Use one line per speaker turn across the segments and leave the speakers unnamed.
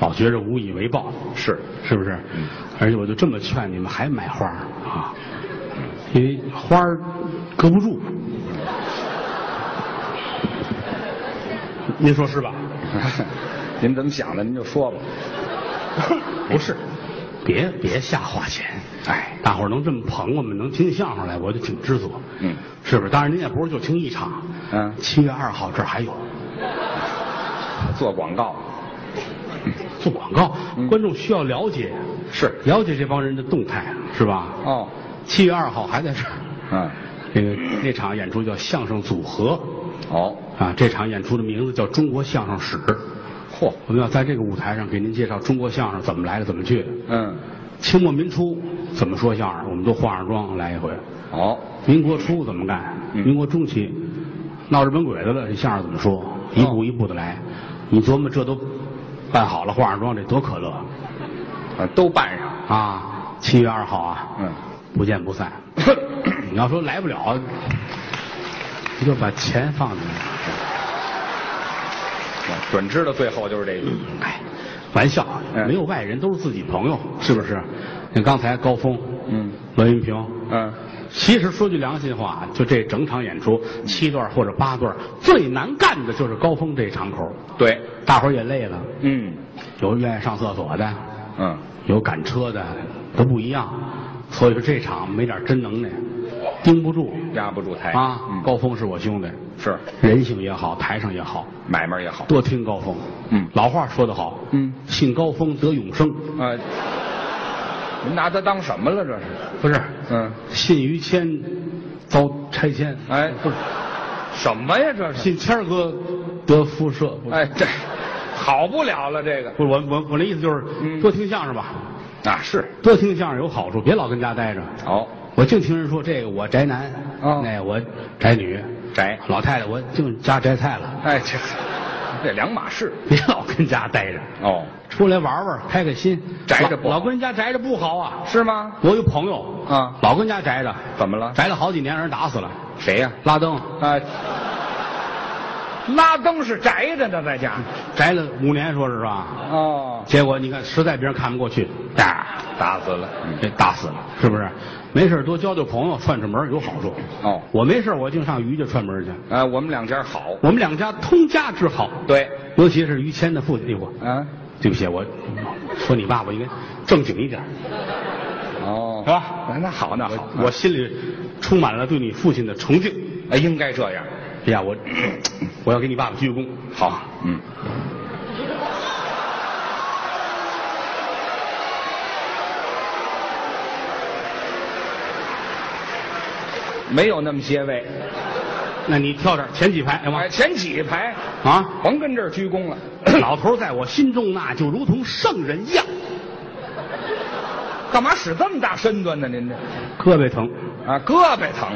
老觉着无以为报，
是
是不是？
嗯
而且我就这么劝你们，还买花儿啊？因为花儿搁不住，您说是吧？
您怎么想的？您就说吧。
不是，别别瞎花钱。
哎，
大伙儿能这么捧我们，能听相声来，我就挺知足。
嗯，
是不是？当然，您也不是就听一场。
嗯
七月二号这儿还有
做广告
做广告，
嗯
观众需要了解，
是
了解这帮人的动态，是吧？
哦，
七月二号还在这儿。
嗯，
这个那场演出叫相声组合，
哦，
啊，这场演出的名字叫《中国相声史》。
嚯，
我们要在这个舞台上给您介绍中国相声怎么来的，怎么去的。
嗯，
清末民初怎么说相声，我们都化上妆来一回。
哦，
民国初怎么干？
嗯
民国中期闹日本鬼子了，这相声怎么说？
哦
一步一步的来。你琢磨这都办好了，化上妆这多可乐
啊都办上。
啊！七月二号啊，
嗯，
不见不散。你要说来不了，你就把钱放进来。
准知道最后就是这个。
哎，玩笑，
嗯
没有外人，都是自己朋友，是不是？像刚才高峰，
嗯
栾云平，
嗯，
其实说句良心话，啊就这整场演出七段或者八段，最难干的就是高峰这场口，
对，
大伙儿也累了，
嗯
有愿意上厕所的，
嗯，
有赶车的，都不一样。所以说这场没点真能耐，盯不住
压不住台
啊。
嗯
高峰是我兄弟，
是
人性也好，台上也好，
买卖也好。
多听高峰。
嗯
老话说得好，
嗯
信高峰得永生，
啊，您拿他当什么了？这是？
不是？
嗯，
信于谦遭拆迁，
哎，
不是
什么呀？这是？
信谦儿哥得辐射。不是
哎，这好不了了，这个
不是我我我的意思就是、
嗯
多听相声吧，
啊是
多听相声有好处，别老跟家待着。
哦，
我净听人说这个我宅男，
哦
那我宅女，
宅
老太太我净家摘菜了，
哎这这两码事
别老跟家待着，
哦，
出来玩玩开开心。
宅着不好
老老跟家宅着不好啊。
是吗？
我有朋友
啊
老跟家宅着，
怎么了？
宅了好几年，让人打死了。
谁呀？
拉登
啊，拉登是宅着呢，在家
宅了五年，说是吧？
哦，
结果你看，实在别人看不过去，打
打死了。嗯
给打死了，是不是？没事儿多交交朋友，串串门儿有好处。
哦，
我没事儿，我净上于家串门儿去。
啊，我们两家好。
我们两家通家之好，
对，
尤其是于谦的父亲。哎呦我
啊，
对不起，我说你爸爸应该正经一点儿，
哦，
是吧？
那那好，那好，
我我心里充满了对你父亲的崇敬。
哎应该这样。
哎呀，我我要给你爸爸鞠个躬。
好，嗯。没有那么些位，
那你跳这儿前几排，哎妈
哎，前几排，
啊！
甭跟这儿鞠躬 了。
老头儿在我心中那就如同圣人一样，
干嘛使这么大身段呢？您这
胳膊疼。
啊，胳膊疼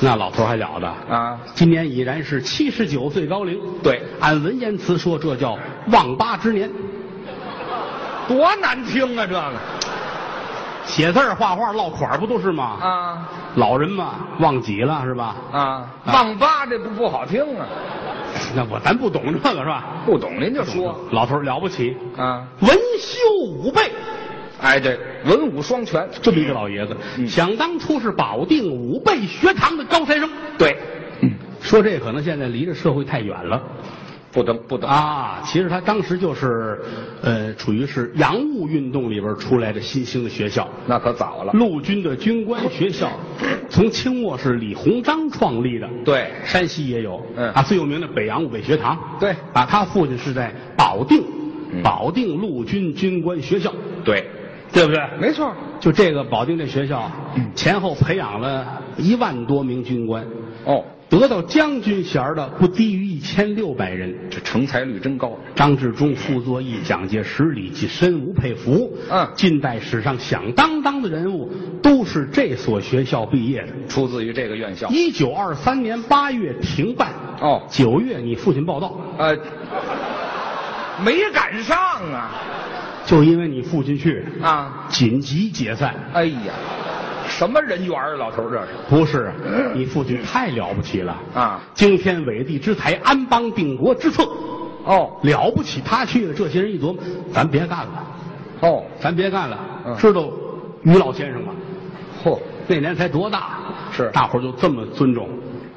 那老头儿还了得，
啊！
今年已然是七十九岁高龄。
对，
按文言词说，这叫忘八之年。
多难听啊，这个
写字儿、画画、落款儿不都是吗？
啊
老人嘛，忘己了是吧？
啊，忘八这不不好听啊！
那我咱不懂这个是吧？
不懂您就说
老头儿了不起，
啊！
文修武备，
哎，对，文武双全，
这么一个老爷子，
嗯
想当初是保定武备学堂的高材生。
对，嗯，
说这可能现在离着社会太远了
不懂不懂
啊！其实他当时就是，呃，处于是洋务运动里边出来的新兴的学校，
那可早了。
陆军的军官学校，从清末是李鸿章创立的。
对
山西也有，
嗯
啊，最有名的北洋务北学堂，
对
啊，他父亲是在保定，
嗯
保定陆军军官学校，
对，
对不对？
没错。
就这个保定这学校，
嗯
前后培养了一万多名军官，
哦，
得到将军衔儿的不低于一千六百人。
这成才率真高。
张治中、傅作义、蒋介石、李济深、吴佩孚，
嗯
近代史上响当当的人物都是这所学校毕业的。
出自于这个院校。
一九二三年八月停办，
哦
九月你父亲报道，
呃，没赶上啊
就因为你父亲去，
啊！
紧急解散。
哎呀，什么人缘啊，老头儿这是
不是，啊你父亲太了不起了
啊
惊天伟地之才，安邦定国之策，
哦
了不起，他去了，这些人一琢磨，咱别干了，
哦，
咱别干了，
嗯
知道于老先生吗？
嚯，
那年才多大？
是
大伙儿就这么尊重，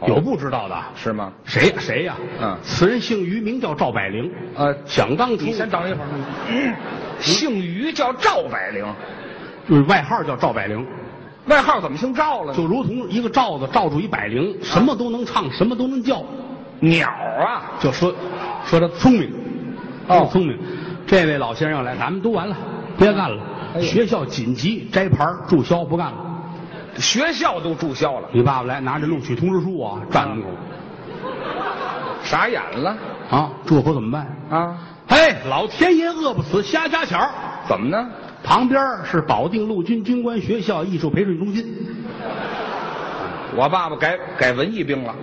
哦
有不知道的？
是吗？
谁呀、谁呀、
嗯
此人姓于，名叫赵百灵。
呃
想当初，
你先等一会儿，姓于叫赵百灵，
就是外号叫赵百灵，
外号怎么姓赵了呢？
就如同一个罩子罩住一百灵，什么都能唱，什么都能叫。
鸟啊，
就说说他聪明，
哦
聪明。这位老先生要来，咱们都完了，别干了。
哎呦
学校紧急摘牌儿注销，不干了。
学校都注销了，
你爸爸来拿着录取通知书啊，站门口
傻眼了
啊，这可怎么办？
啊？
哎，老天爷饿不死瞎家巧儿。
怎么呢？
旁边儿是保定陆军军官学校艺术培训中心，
我爸爸改改文艺兵了，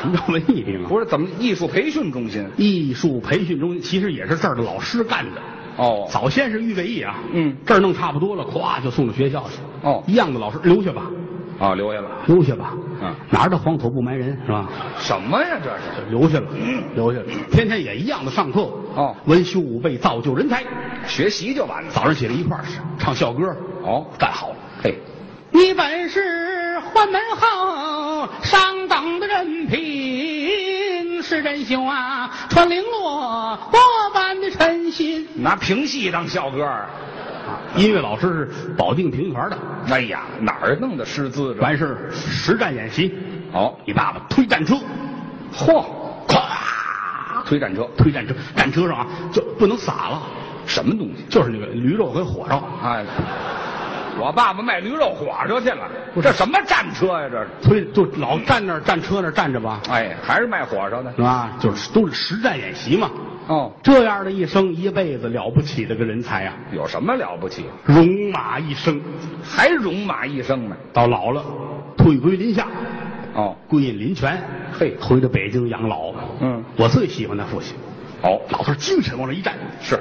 什么叫文艺兵啊？
不是怎么艺术培训中心？
艺术培训中心其实也是这儿的老师干的。
哦
早先是预备役啊，
嗯
这儿弄差不多了，咵就送到学校去。
哦
一样的老师留下吧，
哦，留下了，
留下吧。
嗯
哪儿的黄土不埋人是吧？
什么呀？这是
留下了，留下了，天天也一样的上课。
哦
文修武备，造就人才。
学习就完了。
早上起来一块儿唱校歌，
哦
干好了。
嘿，
你本是宦门后上等的人品，是真秀啊，穿绫罗波般的称心。
拿评戏当校歌儿，
音乐老师是保定平原的，
哎呀，哪儿弄的师资这？
完事儿实战演习。
哦，
你爸爸推战车，
嚯，
咵，
推战车
推战车，战车上啊就不能撒了，
什么东西？
就是那个驴肉跟火烧。
哎，我爸爸卖驴肉火车去了，这什么战车呀？这是？
推就老站那儿站车那儿站着吧，
哎，还是卖火烧的
是。吧？就是都是实战演习嘛。
哦，
这样的一生一辈子了不起的个人才啊，
有什么了不起？
戎马一生，
还戎马一生呢。
到老了退归林下，
哦，
归隐林泉。
嘿
回到北京养老。
嗯
我最喜欢他父亲，
哦，
老头儿精神往那一站，
是，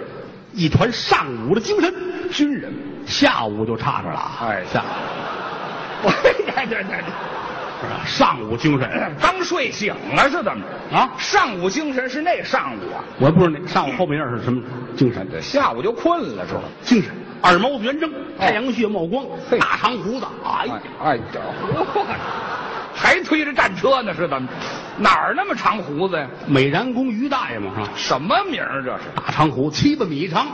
一团上午的精神。军人下午就差着了啊，
哎
下午
哎，这这这，
是吧上午精神
刚睡醒了是怎么着？
啊，
上午精神是那上午啊，
我也不知道那上午后半夜是什么精神。
这下午就困了是吧？
精神，耳毛圆睁，太阳穴冒光，
嘿
大长胡子，哎呀，
哎，这嚯 还推着战车呢，是怎么着？哪儿那么长胡子呀？
美髯公于大爷嘛是吧？
什么名儿这是？
大长胡子，七八米长，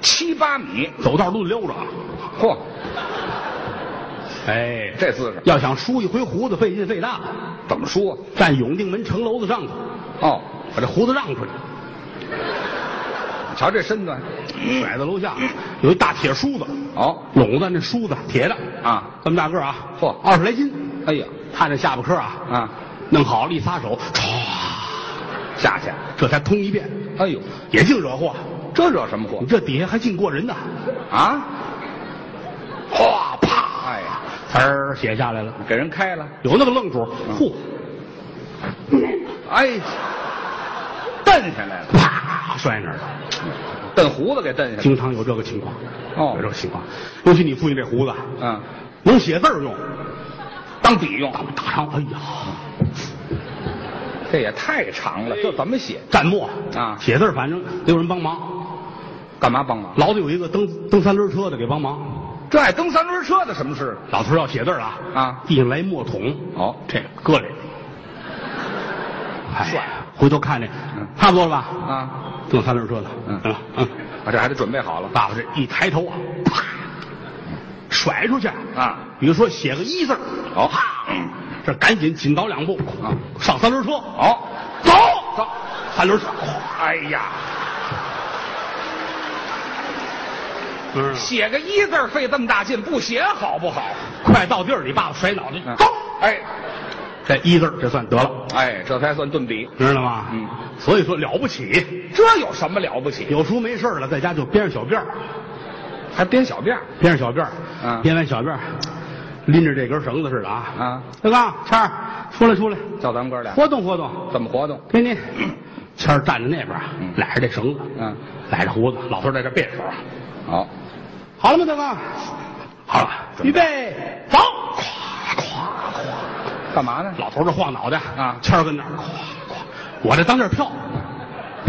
七八米，
走道抡溜着啊，
嚯，
哎，
这姿势
要想梳一回胡子费劲费大，
怎么说？
站永定门城楼子上头，
哦，
把这胡子让出去，
瞧这身段，
甩到楼下有一大铁梳子，
哦，
拢子那梳子铁的
啊，
这么大个儿啊，
嚯
二十来斤，
哎呀，
他这下巴颏啊，
啊，
弄好了，一撒手，唰，
下去，
这才通一遍，
哎呦，
也净惹祸。
这惹什么祸
你这底下还净过人呢，
啊？
哗啪，
哎呀，
词儿写下来了，
给人开了，
有那个愣主，
嗯
嚯，
哎，蹬下来了，
啪摔那儿了。
蹬胡子给蹬下来了。
经常有这个情况，
哦
有这个情况，尤其你父亲这胡子，
嗯，
能写字儿用，
当笔用，
大长，哎呀，
这也太长了，这怎么写？
蘸墨
啊
写字儿反正得有人帮忙，
干嘛帮忙？
老得有一个蹬蹬三轮车的给帮忙。
这爱蹬三轮车的什么事？
老头儿要写字儿啊，
啊
地上来一墨桶，
哦，
这个搁这，哎
帅
呀，回头看这
嗯，
差不多了吧？
啊，
蹬三轮车的，
嗯
嗯嗯。
啊，这还得准备好了。
爸爸这一抬头啊，啪，甩出去
啊！
比如说写个一字儿，
哦
啪，这赶紧紧倒两步
啊
上三轮车，
哦，
走走，三轮车，
哎呀，
嗯，
写个一字儿费这么大劲，不写好不好？
快到地儿，你爸爸甩脑袋，
嗯
走，
哎
这一字儿这算得了，
哎，这才算顿笔。
知道吗？
嗯，
所以说了不起，
这有什么了不起？
有时候没事儿了，在家就编上小辫儿，
还编小辫儿
编上小辫儿，
嗯
编完小辫儿，拎着这根绳子似的啊，
啊？
大哥，谦儿，出来出来，
叫咱们哥俩
活动活动。
怎么活动？
给你，谦儿站在那边啊
嗯，
揽着这绳子，
嗯，
揽着胡子，老头儿在这别手啊，
好，
好了吗，大哥？好了，
准备
预备，走！咵咵咵，
干嘛呢？
老头儿这晃脑袋
啊
谦儿跟那儿咵咵，我这当这儿跳，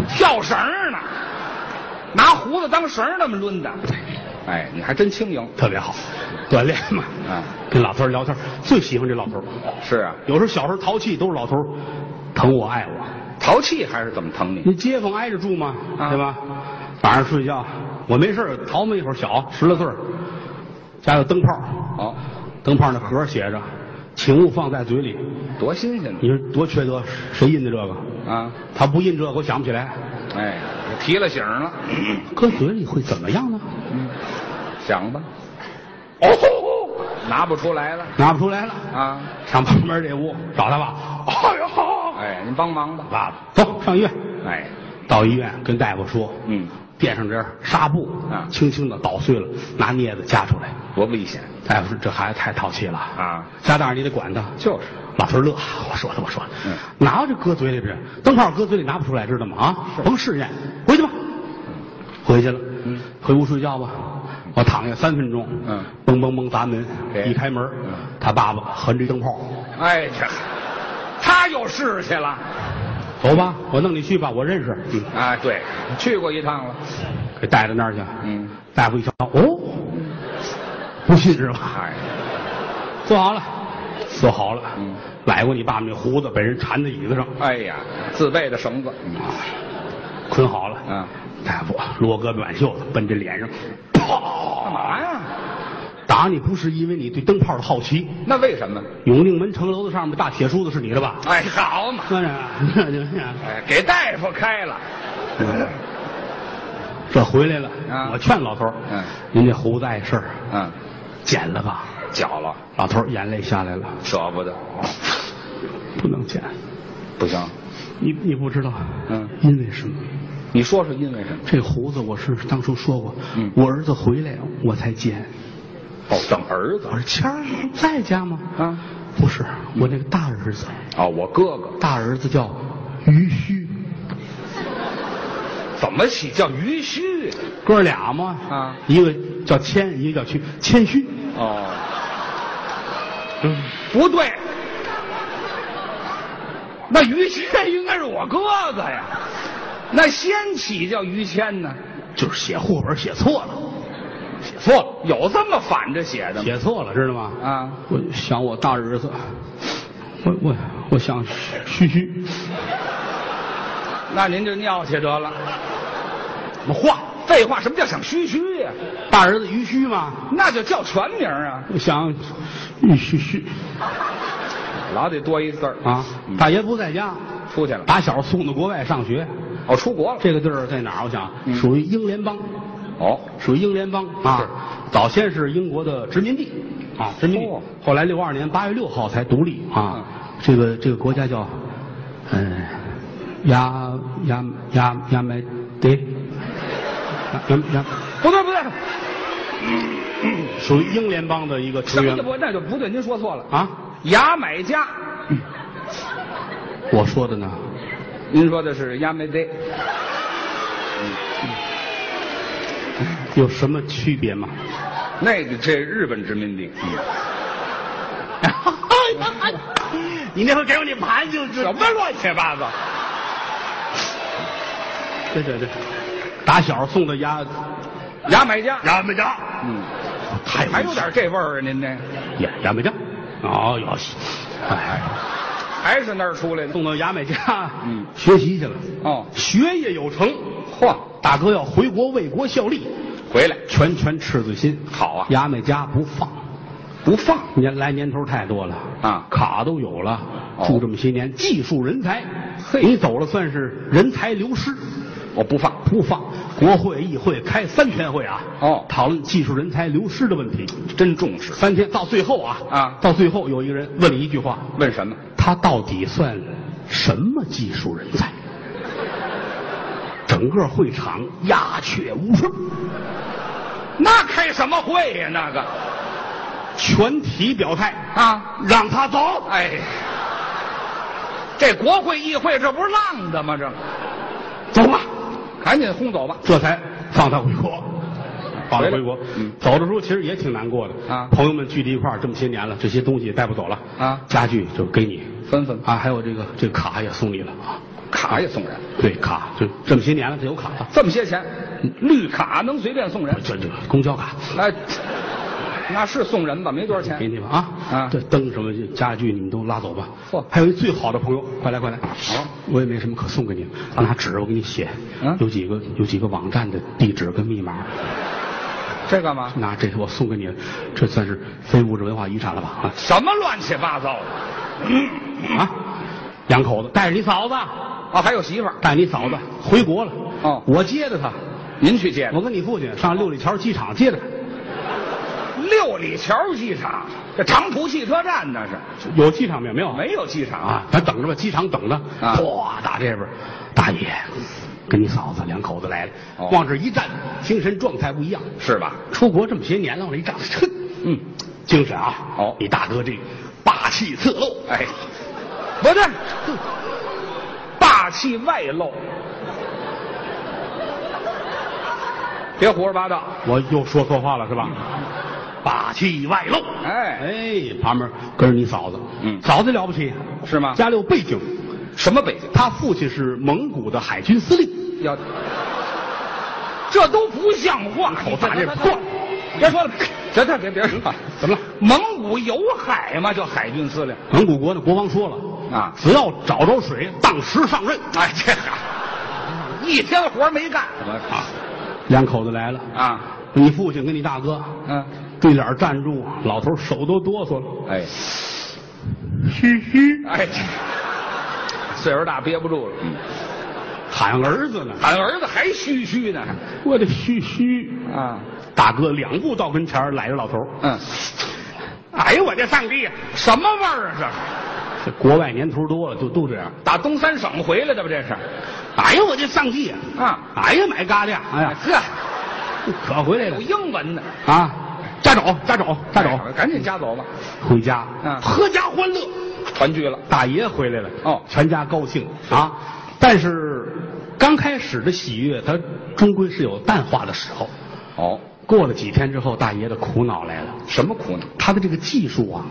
跳绳儿呢，拿胡子当绳儿那么抡的。哎，你还真轻盈。
特别好，锻炼嘛。
嗯
跟老头儿聊天儿，最喜欢这老头儿。
是啊，
有时候小时候淘气都是老头儿疼我爱我。
淘气还是怎么疼你？
你街坊挨着住嘛，
啊
对吧？晚上睡觉，我没事儿淘嘛一会儿小，十来岁儿家有灯泡，
哦，
灯泡那盒儿写着“请勿放在嘴里
多新鲜”，
你说多缺德，谁印的这个？
呢！啊！
他不印这个，我想不起来。
哎，提了醒儿了，
搁嘴里会怎么样呢？
想吧。哦，拿不出来了
拿不出来了，
啊！
上旁边这屋找他爸。哎呦，
哎，您帮忙吧。
爸爸，走上医院。
哎，
到医院跟大夫说，
嗯，
垫上点纱布，
啊
轻轻的捣碎了，拿镊子夹出来。
多危险
大夫说这孩子太淘气了
啊！
家大人你得管他。
就是
老头乐，我说了，我说了，
嗯
哪有这搁嘴里边？灯泡搁嘴里拿不出来，知道吗？啊，甭试验，回去吧。回去了，
嗯
回屋睡觉吧。我躺下三分钟，
嗯，
嘣嘣嘣砸门，
对
一开门
嗯，
他爸爸横着一灯泡，
哎，这他又试去了
走吧，我弄你去吧，我认识，嗯，
啊！对，去过一趟了。
给带到那儿去。
嗯，
大夫一瞧，哦，不信是吧？
哎，
坐好了，坐好了，
嗯
揽过你爸爸那胡子，被人缠在椅子上，
哎呀，自备的绳子。嗯
捆好了。
啊，
大夫撸胳膊挽袖子，奔这脸上，
嗯干
啪！
嘛呀？
打你不是因为你对灯泡的好奇，
那为什么？
永定门城楼子上面大铁梳子是你的吧？
哎，好嘛，
当然啊，
哎，给大夫开了。嗯
这回来了，
啊
我劝老头儿，
嗯
您这胡子碍事儿，
嗯，
剪了吧。
绞了，
老头儿眼泪下来了，
舍不得，
不能剪，
不行。
你你不知道，
嗯
因为什么？
你说说因为什么？
这胡子我是当初说过，
嗯
我儿子回来我才剪。
哦，等儿子
我说谦儿在家吗？
啊，
不是，我那个大儿子，
哦，我哥哥
大儿子叫于须，
怎么起叫于须？
哥俩嘛，
啊
一个叫谦，一个叫虚，谦虚。
哦，
嗯，
不对，那于谦应该是我哥哥呀，那先起叫于谦呢？
就是写户口本写错了，
写错了，有这么反着写的吗？
写错了，知道吗？
啊，
我想我大儿子，我我我想虚虚，
那您就尿去得了。
怎么话？
废话，什么叫想虚虚呀、
大儿子于虚嘛，
那就叫全名啊，
我想于虚虚
老得多一字儿
啊。大爷不在家，
出去了，
打小送到国外上学，
哦，出国了，
这个地儿在哪儿？我想
嗯
属于英联邦，
哦，
属于英联邦啊。早先是英国的殖民地啊，殖民地
哦。
后来六二年八月六号才独立啊
嗯。
这个这个国家叫，嗯，亚亚亚亚美得，亚亚亚，
不对不对，
属于英联邦的一个
什
成
么
员
叫不那就不对，您说错了，
啊。
牙买加，
我说的呢，
您说的是牙买得，
有什么区别吗？
那个这日本殖民地，
嗯你那会儿给我你盘就知
什么乱七八糟？
对对对，打小送到家，
牙买加，
俺们家，
嗯，
太
还有点这味儿啊，您这
牙牙买加，哦哟，哎，
还是那儿出来的？
送到牙买加，
嗯
学习去了，
哦，
学业有成，
嚯，
大哥要回国为国效力，
回来
拳拳赤子心，
好啊
牙买加不放，
不放
年来年头太多了
啊
卡都有了，
哦
住这么些年，技术人才，
嘿
你走了算是人才流失。
我不放，
不放，国会、议会开三全会啊！
哦
讨论技术人才流失的问题，
真重视。
三天到最后啊
啊
到最后有一个人问了一句话：
问什么？
他到底算什么技术人才？整个会场鸦雀无声，
那开什么会呀、那个
全体表态，
啊，
让他走。
哎，这国会议会这不是浪的吗？这
走吧，
赶紧轰走吧！
这才放他回国，放他回国
回来。嗯
走的时候其实也挺难过的
啊
朋友们聚在一块儿这么些年了，这些东西也带不走了
啊
家具就给你
分分
啊，还有这个这个卡也送你了啊，
卡也送人，
对卡，就这么些年了，他有卡了，
这么些钱，绿卡能随便送人？
这这公交卡，
那那是送人吧？没多少
给
钱。
你吧啊
啊
这灯什么家具你们都拉走吧。
嚯
还有一最好的朋友，快来快来，
好，
我也没什么可送给你，我拿纸我给你写，
嗯
有几个有几个网站的地址跟密码，
这干嘛？
那这我送给你了，这算是非物质文化遗产了吧啊？
什么乱七八糟的？
啊，两口子带着你嫂子，
啊，还有媳妇儿，
带着你嫂子回国了。
哦
我接的她，
您去接的
我跟你父亲上六里桥机场接的她。
六里桥机场，这长途汽车站那是
有机场没有？没有。
没有机场
啊，咱等着吧，机场等着。
啊
哗，打这边，大爷跟你嫂子两口子来了，
哦
往这一站，精神状态不一样。
是吧？
出国这么些年了，往这一站，哼，
嗯，
精神啊！
哦
你大哥这霸气侧漏，
哎，不对，霸气外露，别胡说八道。
我又说错话了是吧？霸气外露。
嗯哎，
哎，旁边跟着你嫂子，
嗯啊
嫂子了不起
是吗
家里有背景，
什么北京？
他父亲是蒙古的海军司令，
要，这都不像话！
口
你
大这
这这
破
别 说了，别别别别说 了，
怎么了？
蒙古有海吗？叫海军司令。
蒙古国的国王说了
啊
只要找着水，当时上任。
哎，这 一天活没干，
啊，两口子来了，
啊，
你父亲跟你大哥
嗯，
对脸站住，啊老头手都哆嗦了，
哎，
嘘嘘，
哎，这岁数大憋不住了，
喊儿子呢，
俺儿子还虚虚呢，
我的嘘嘘。
啊，
大哥两步到跟前儿揽着老头儿，
嗯，
哎呦我的上帝呀！
什么味儿啊这是？
这国外年头多了，就都这样。
打东三省回来的吧？这是，
哎呦我的上帝呀！
啊，
哎呀买嘎瘩，哎呀，
呵，
可回来了
有英文呢，
啊！家走，家走，家走，
哎赶紧家走吧，
回家，
嗯
阖家欢乐。
团聚了，
大爷回来了，
哦
全家高兴啊！但是刚开始的喜悦，它终归是有淡化的时候。
哦，
过了几天之后，大爷的苦恼来了，
什么苦恼？
他的这个技术啊，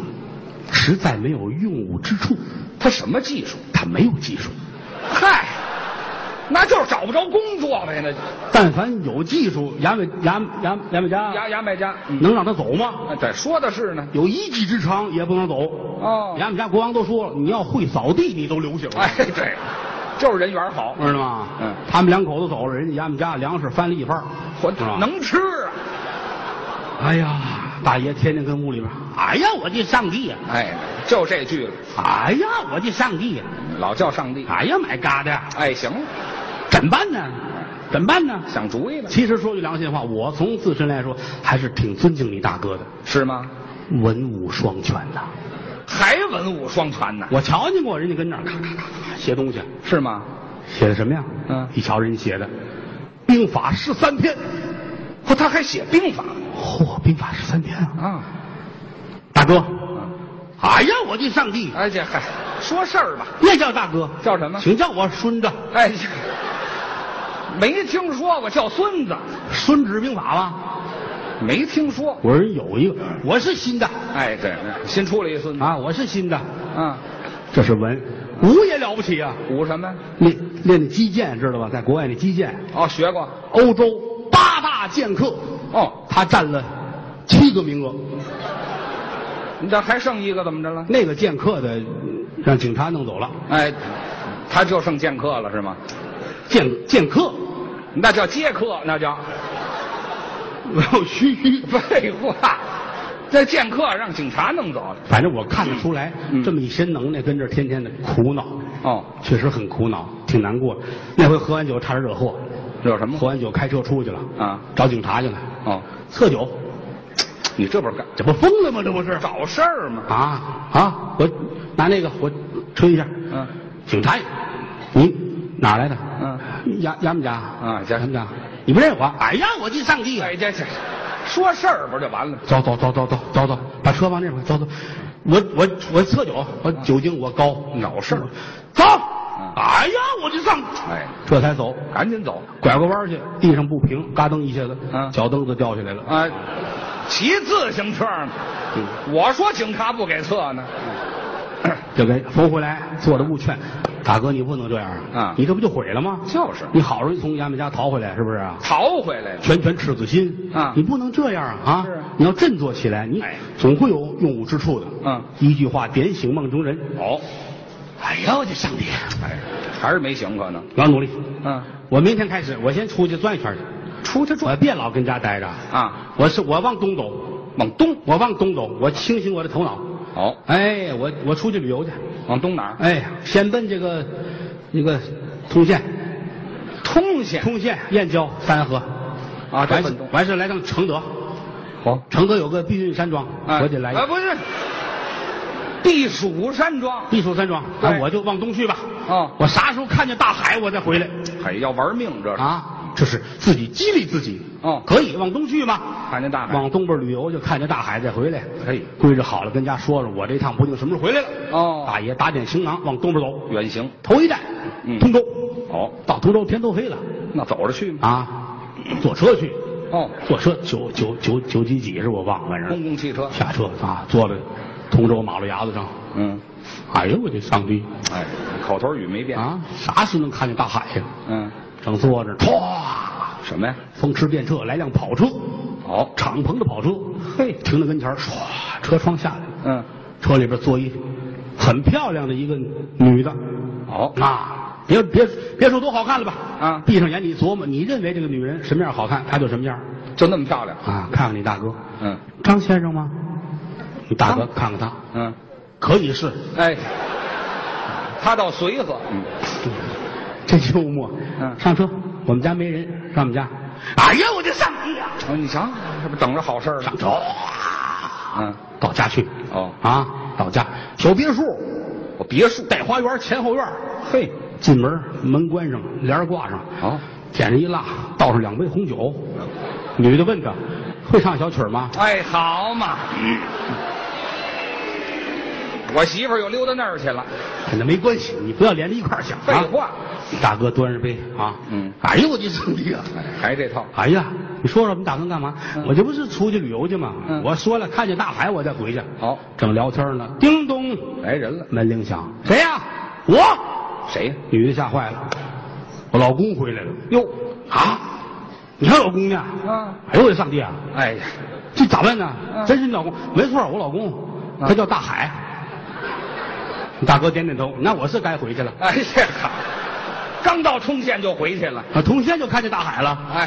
实在没有用武之处，
他什么技术？
他没有技术。
嗨，那就是找不着工作呗，那
但凡有技术，牙买牙牙牙买加
牙牙买加。嗯，
能让他走吗？
哎对，说的是呢。
有一技之长也不能走。
哦
牙买加国王都说了，你要会扫地，你都留下了。
哎，对，就是人缘好，
知道吗？
嗯
他们两口子走了，人家牙买加粮食翻了一番儿，
我
知道吗
能吃啊。
哎呀，大爷天天跟屋里边，哎呀，我的上帝呀、
哎，就这句了，
哎呀，我的上帝呀、
老叫上帝。
哎呀，买嘎的，
哎，行了，
怎么办呢？怎么办呢？
想主意了，
其实说句良心话，我从自身来说，还是挺尊敬你大哥的，
是吗？
文武双全呐。
还文武双全呢，
我瞧见过人家跟那儿咔咔咔咔写东西，
是吗？
写的什么呀？
嗯
一瞧人家写的《兵法十三篇》，
不，他还写兵法
嚯，《兵法十三篇》啊！
啊。
大哥，哎呀，我的上帝，
哎，这嗨，说事儿吧，
那叫大哥，
叫什么
请叫我孙子。
哎，这没听说过叫孙子，
孙子兵法吧？
没听说。
我说有一个，我是新的
哎，对，新出了一孙子
啊，我是新的，
啊，
这是文，武也了不起啊！
武什么呀？
练练的击剑知道吧？在国外那击剑，
哦，学过。
欧洲八大剑客，
哦，
他占了七个名额。
你这还剩一个怎么着了？
那个剑客的让警察弄走了，
哎，他就剩剑客了是吗？
剑剑客，
那叫接客，那叫。
我要嘘嘘。
废话，这剑客让警察弄走了。
反正我看得出来，
嗯
这么一身能耐，跟这儿天天的苦恼，
哦，
确实很苦恼，挺难过的。那回喝完酒差点惹祸，
惹什么
喝
祸？
完酒开车出去了
啊
找警察去了，
哦，
测酒，
你这不是干
这不疯了吗？这不是
找事儿吗？
啊啊！我拿那个我吹一下，
嗯，
警察，你哪儿来的？
嗯，
牙牙买加
啊
牙
牙
买加，你不认识我？哎呀，我的上帝啊！
哎，这这说事儿不就完了吗？
走走走走走走走，把车往那边走走。我我我测酒，我酒精我高，
恼事儿。
走，
嗯
哎呀，我就上，
啊哎，
这才走，
赶紧走
拐个弯儿去，地上不平，嘎噔一下子，
嗯
脚蹬子掉下来了。
啊！骑自行车呢？我说警察不给测呢。
就给扶回来，坐着不劝，大哥你不能这样
啊
你这不就毁了吗？
就是
你好容易从衙门家逃回来，是不是啊？
逃回来了。
拳拳赤子心
啊
你不能这样啊！
是啊
你要振作起来，你
哎
总会有用武之处的。
嗯
一句话点醒梦中人。
哦，
哎呦我的上帝！
哎，还是没行可能。
我要努力。
嗯，
我明天开始，我先出去转一圈去，
出去
我
转
别老跟家待着。
啊，
我是我往东走，
哎往东。
我往东走，我清醒我的头脑。
哦，
哎，我我出去旅游去。
往东哪儿？
哎，先奔这个那个通县，
哎通县。
通县燕郊三河
啊这
完
奔
事
东
完事来趟承德，
哦，
承德有个避孕山庄，
哎
我得来一趟
哎，不是，避暑山庄。
避暑山庄，
对
哎，我就往东去吧。
哦
我啥时候看见大海，我再回来。
哎，要玩命这是。
啊，这是自己激励自己。
哦
可以往东去嘛，
看见大海
往东边旅游就看见大海再回来。
哎可以
归置好了，跟家说说，我这趟不定什么时候回来了。
哦
大爷打点行囊往东边走，
远行。
头一站，
嗯
通州。
哦，
到通州天都黑了
那走着去吗？
啊，坐车去，
哦，
坐车九九九九几几是我忘了，反
公
正
共汽车。
下车啊，坐在通州马路牙子上。
嗯，
哎呦我的上帝
哎，口头语没变。
啊，啥时候能看见大海呀、
嗯，
正坐着，歘，
什么呀？
风驰电掣来辆跑车，
哦，
敞篷的跑车，
嘿
停到跟前儿唰，车窗下来，
嗯，
车里边坐一很漂亮的一个女的，
哦，
啊，别别别说多好看了吧，
啊
闭上眼你琢磨，你认为这个女人什么样好看，她就什么样
就那么漂亮。
啊。看看你大哥，
嗯
张先生吗？你大哥
张
看看他，
嗯，
可以是，
哎，他倒随和。嗯，
真幽默。
嗯
上车，我们家没人，上我们家。哎呀，我的上帝呀！
哦你瞧，这不等着好事儿呢
上。车，
嗯，
到家去。
哦
啊，到家小别墅，
我别墅。
带花园，前后院儿。
嘿，
进门门关上，帘儿挂上，
哦，
点上一蜡，倒上两杯红酒。女的问他：“会唱小曲儿吗
哎，好嘛。嗯我媳妇儿又溜达那儿去了。？”
跟他没关系，你不要连着一块儿想。
废话
啊，大哥端着杯啊，
嗯
哎呦我的上帝啊！
哎，还这套。
哎呀，你说说你打算干嘛？我这不是出去旅游去吗？
嗯
我说了，看见大海我再回去。
好
正聊天呢，叮咚，
来人了。
门铃响，谁呀、我。
谁呀？
女的吓坏了，我老公回来了。
哟，
啊，你还有老公呢？
啊
哎呦我的上帝啊！
哎呀，
这咋办呢？
嗯
真是你老公？没错，我老公，
啊
他叫大海。大哥点点头，那我是该回去了。
哎呀，刚到通县就回去了。
啊，同县就看见大海了，
哎，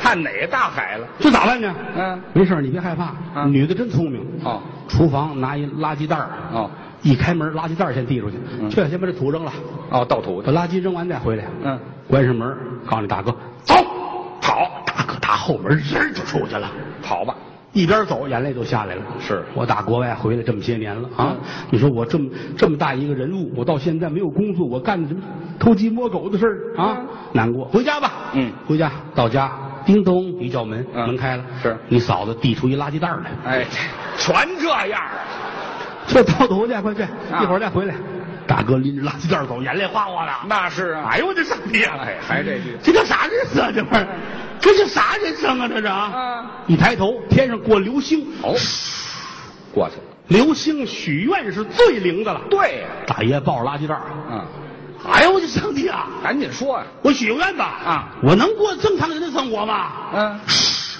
看哪个大海了？
这咋办呢？
嗯
没事儿你别害怕，
啊
女的真聪明。
哦
厨房拿一垃圾袋儿，
哦
一开门垃圾袋儿先递出去，
嗯
去先把这土扔了，
哦，倒土
把
的。
垃圾扔完再回来。
嗯，
关上门，告诉你大哥，走，跑。大哥打后门，人就出去了。
跑吧。
一边走，眼泪就下来了。
是
我打国外回来这么些年了啊
嗯！
你说我这么这么大一个人物，我到现在没有工作，我干什么偷鸡摸狗的事儿啊？难过，回家吧。
嗯
回家到家，叮咚一叫门，
嗯
门开了，
是
你嫂子递出一垃圾袋儿来，
哎，全这样啊
这倒头去，快去，一会儿再回来。
嗯
大哥拎着垃圾袋儿走，眼泪哗哗的。
那是啊。
哎呦我的上帝啊！
哎还这句
这叫啥日子啊？这玩意儿，这是啥人生啊？这是啊！
啊，
一抬头，天上过流星，
哦，过去了。
流星许愿是最灵的了。
对呀、
大爷抱着垃圾袋儿，
嗯，
哎呦我的上帝啊！
赶紧说呀、
我许个愿吧
啊！
我能过正常人的生活吗？
嗯，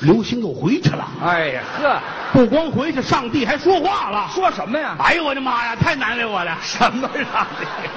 流星又回去了，
哎呀呵，
不光回去，上帝还说话了。
说什么呀？
哎呦我的妈呀，太难为我了！
什么上帝？